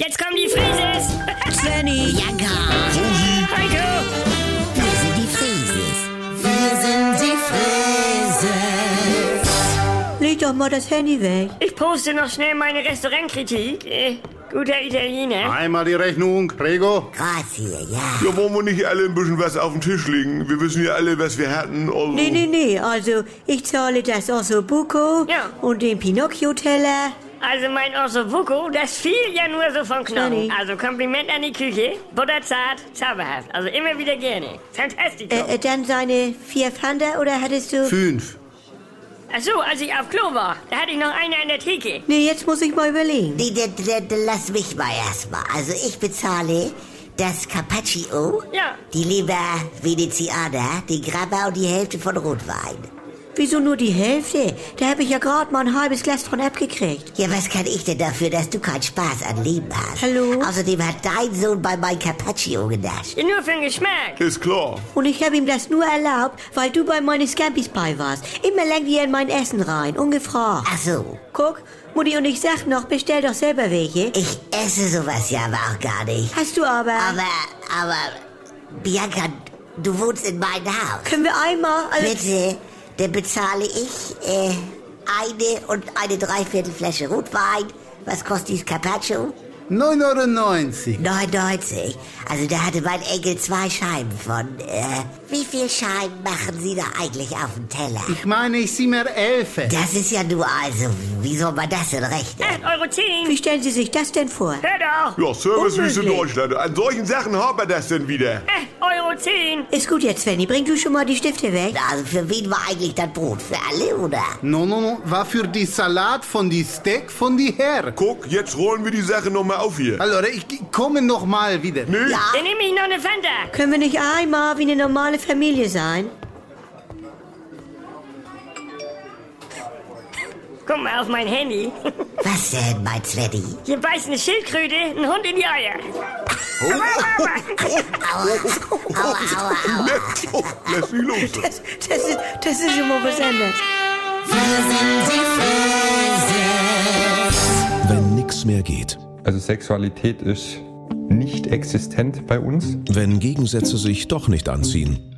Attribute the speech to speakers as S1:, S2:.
S1: Jetzt kommen die Frieses!
S2: Svenny,
S3: Ja, gar.
S1: Heiko!
S3: Wir sind die Frieses. Wir sind die Frieses.
S2: leg doch mal das Handy weg.
S1: Ich poste noch schnell meine Restaurantkritik. Äh, guter Italiener.
S4: Einmal die Rechnung, Prego.
S3: Grazie, ja.
S5: Ja, wollen wir nicht alle ein bisschen was auf den Tisch legen? Wir wissen ja alle, was wir hatten. Also.
S2: Nee, nee, nee, also ich zahle das Ossobuco
S1: Ja.
S2: und den Pinocchio-Teller.
S1: Also mein Ossobuco, das fiel ja nur so von Knochen.
S2: Sorry.
S1: Also Kompliment an die Küche. Butterzart, zauberhaft. Also immer wieder gerne. Fantastico.
S2: Äh, äh, dann seine vier Pfander oder hattest du...
S4: Fünf.
S1: Ach so, als ich auf Klo war, da hatte ich noch eine an der Theke.
S2: Nee, jetzt muss ich mal überlegen.
S3: Die, die, die, die, lass mich mal erstmal. Also ich bezahle das Carpaccio,
S1: Ja.
S3: die Leber Venezianer, die Grappa und die Hälfte von Rotwein.
S2: Wieso nur die Hälfte? Da habe ich ja gerade mal ein halbes Glas von abgekriegt.
S3: Ja, was kann ich denn dafür, dass du keinen Spaß an Leben hast?
S2: Hallo?
S3: Außerdem hat dein Sohn bei meinem Carpaccio genascht.
S1: Ja, nur für den Geschmack.
S5: Ist klar.
S2: Und ich habe ihm das nur erlaubt, weil du bei meinen Scampis bei warst. Immer lenkt ihr in mein Essen rein, ungefragt.
S3: Ach so,
S2: Guck, Mutti und ich sagten noch, bestell doch selber welche.
S3: ich esse sowas ja aber auch gar nicht.
S2: Hast du aber...
S3: Aber, aber, Bianca, du wohnst in meinem Haus.
S2: Können wir einmal... Also,
S3: Bitte, dann bezahle ich äh, eine und eine Dreiviertel Flasche Rotwein. Was kostet dieses Carpaccio?
S4: 9,90 Euro.
S3: 99. Also da hatte mein Enkel zwei Scheiben von. Äh, wie viel Scheiben machen Sie da eigentlich auf dem Teller?
S4: Ich meine, ich sehe mir elf.
S3: Das ist ja nur also, wie soll man das denn rechnen?
S1: 8,10 Äh, Euro. Zehn.
S2: wie stellen Sie sich das denn vor?
S1: Hör doch.
S5: Ja, Service wie es in
S2: Unmöglich.
S5: Deutschland. An solchen Sachen haben wir das denn wieder.
S1: 8,10 Äh, Euro. Zehn.
S2: Ist gut jetzt, Svenny. Bring du schon mal die Stifte weg.
S3: Also für wen war eigentlich das Brot? Für alle, oder?
S6: No, no, no, war für die Salat von die Steak von die Herr.
S5: Guck, jetzt rollen wir die Sache nochmal auf hier.
S6: Also, ich ich komme noch mal wieder.
S5: Nee?
S1: Dann nehme ich noch eine Fanta.
S2: Können wir nicht einmal wie eine normale Familie sein?
S1: Guck mal auf mein Handy.
S3: Was denn, mein Svenny?
S1: Hier beißt eine Schildkröte einen Hund in die Eier.
S3: Aua, aua, aua.
S5: Oh, lass mich los.
S2: Das, das, ist, das ist schon mal was anderes.
S7: Wenn nix mehr geht.
S8: Also Sexualität ist nicht existent bei uns.
S7: Wenn Gegensätze sich doch nicht anziehen.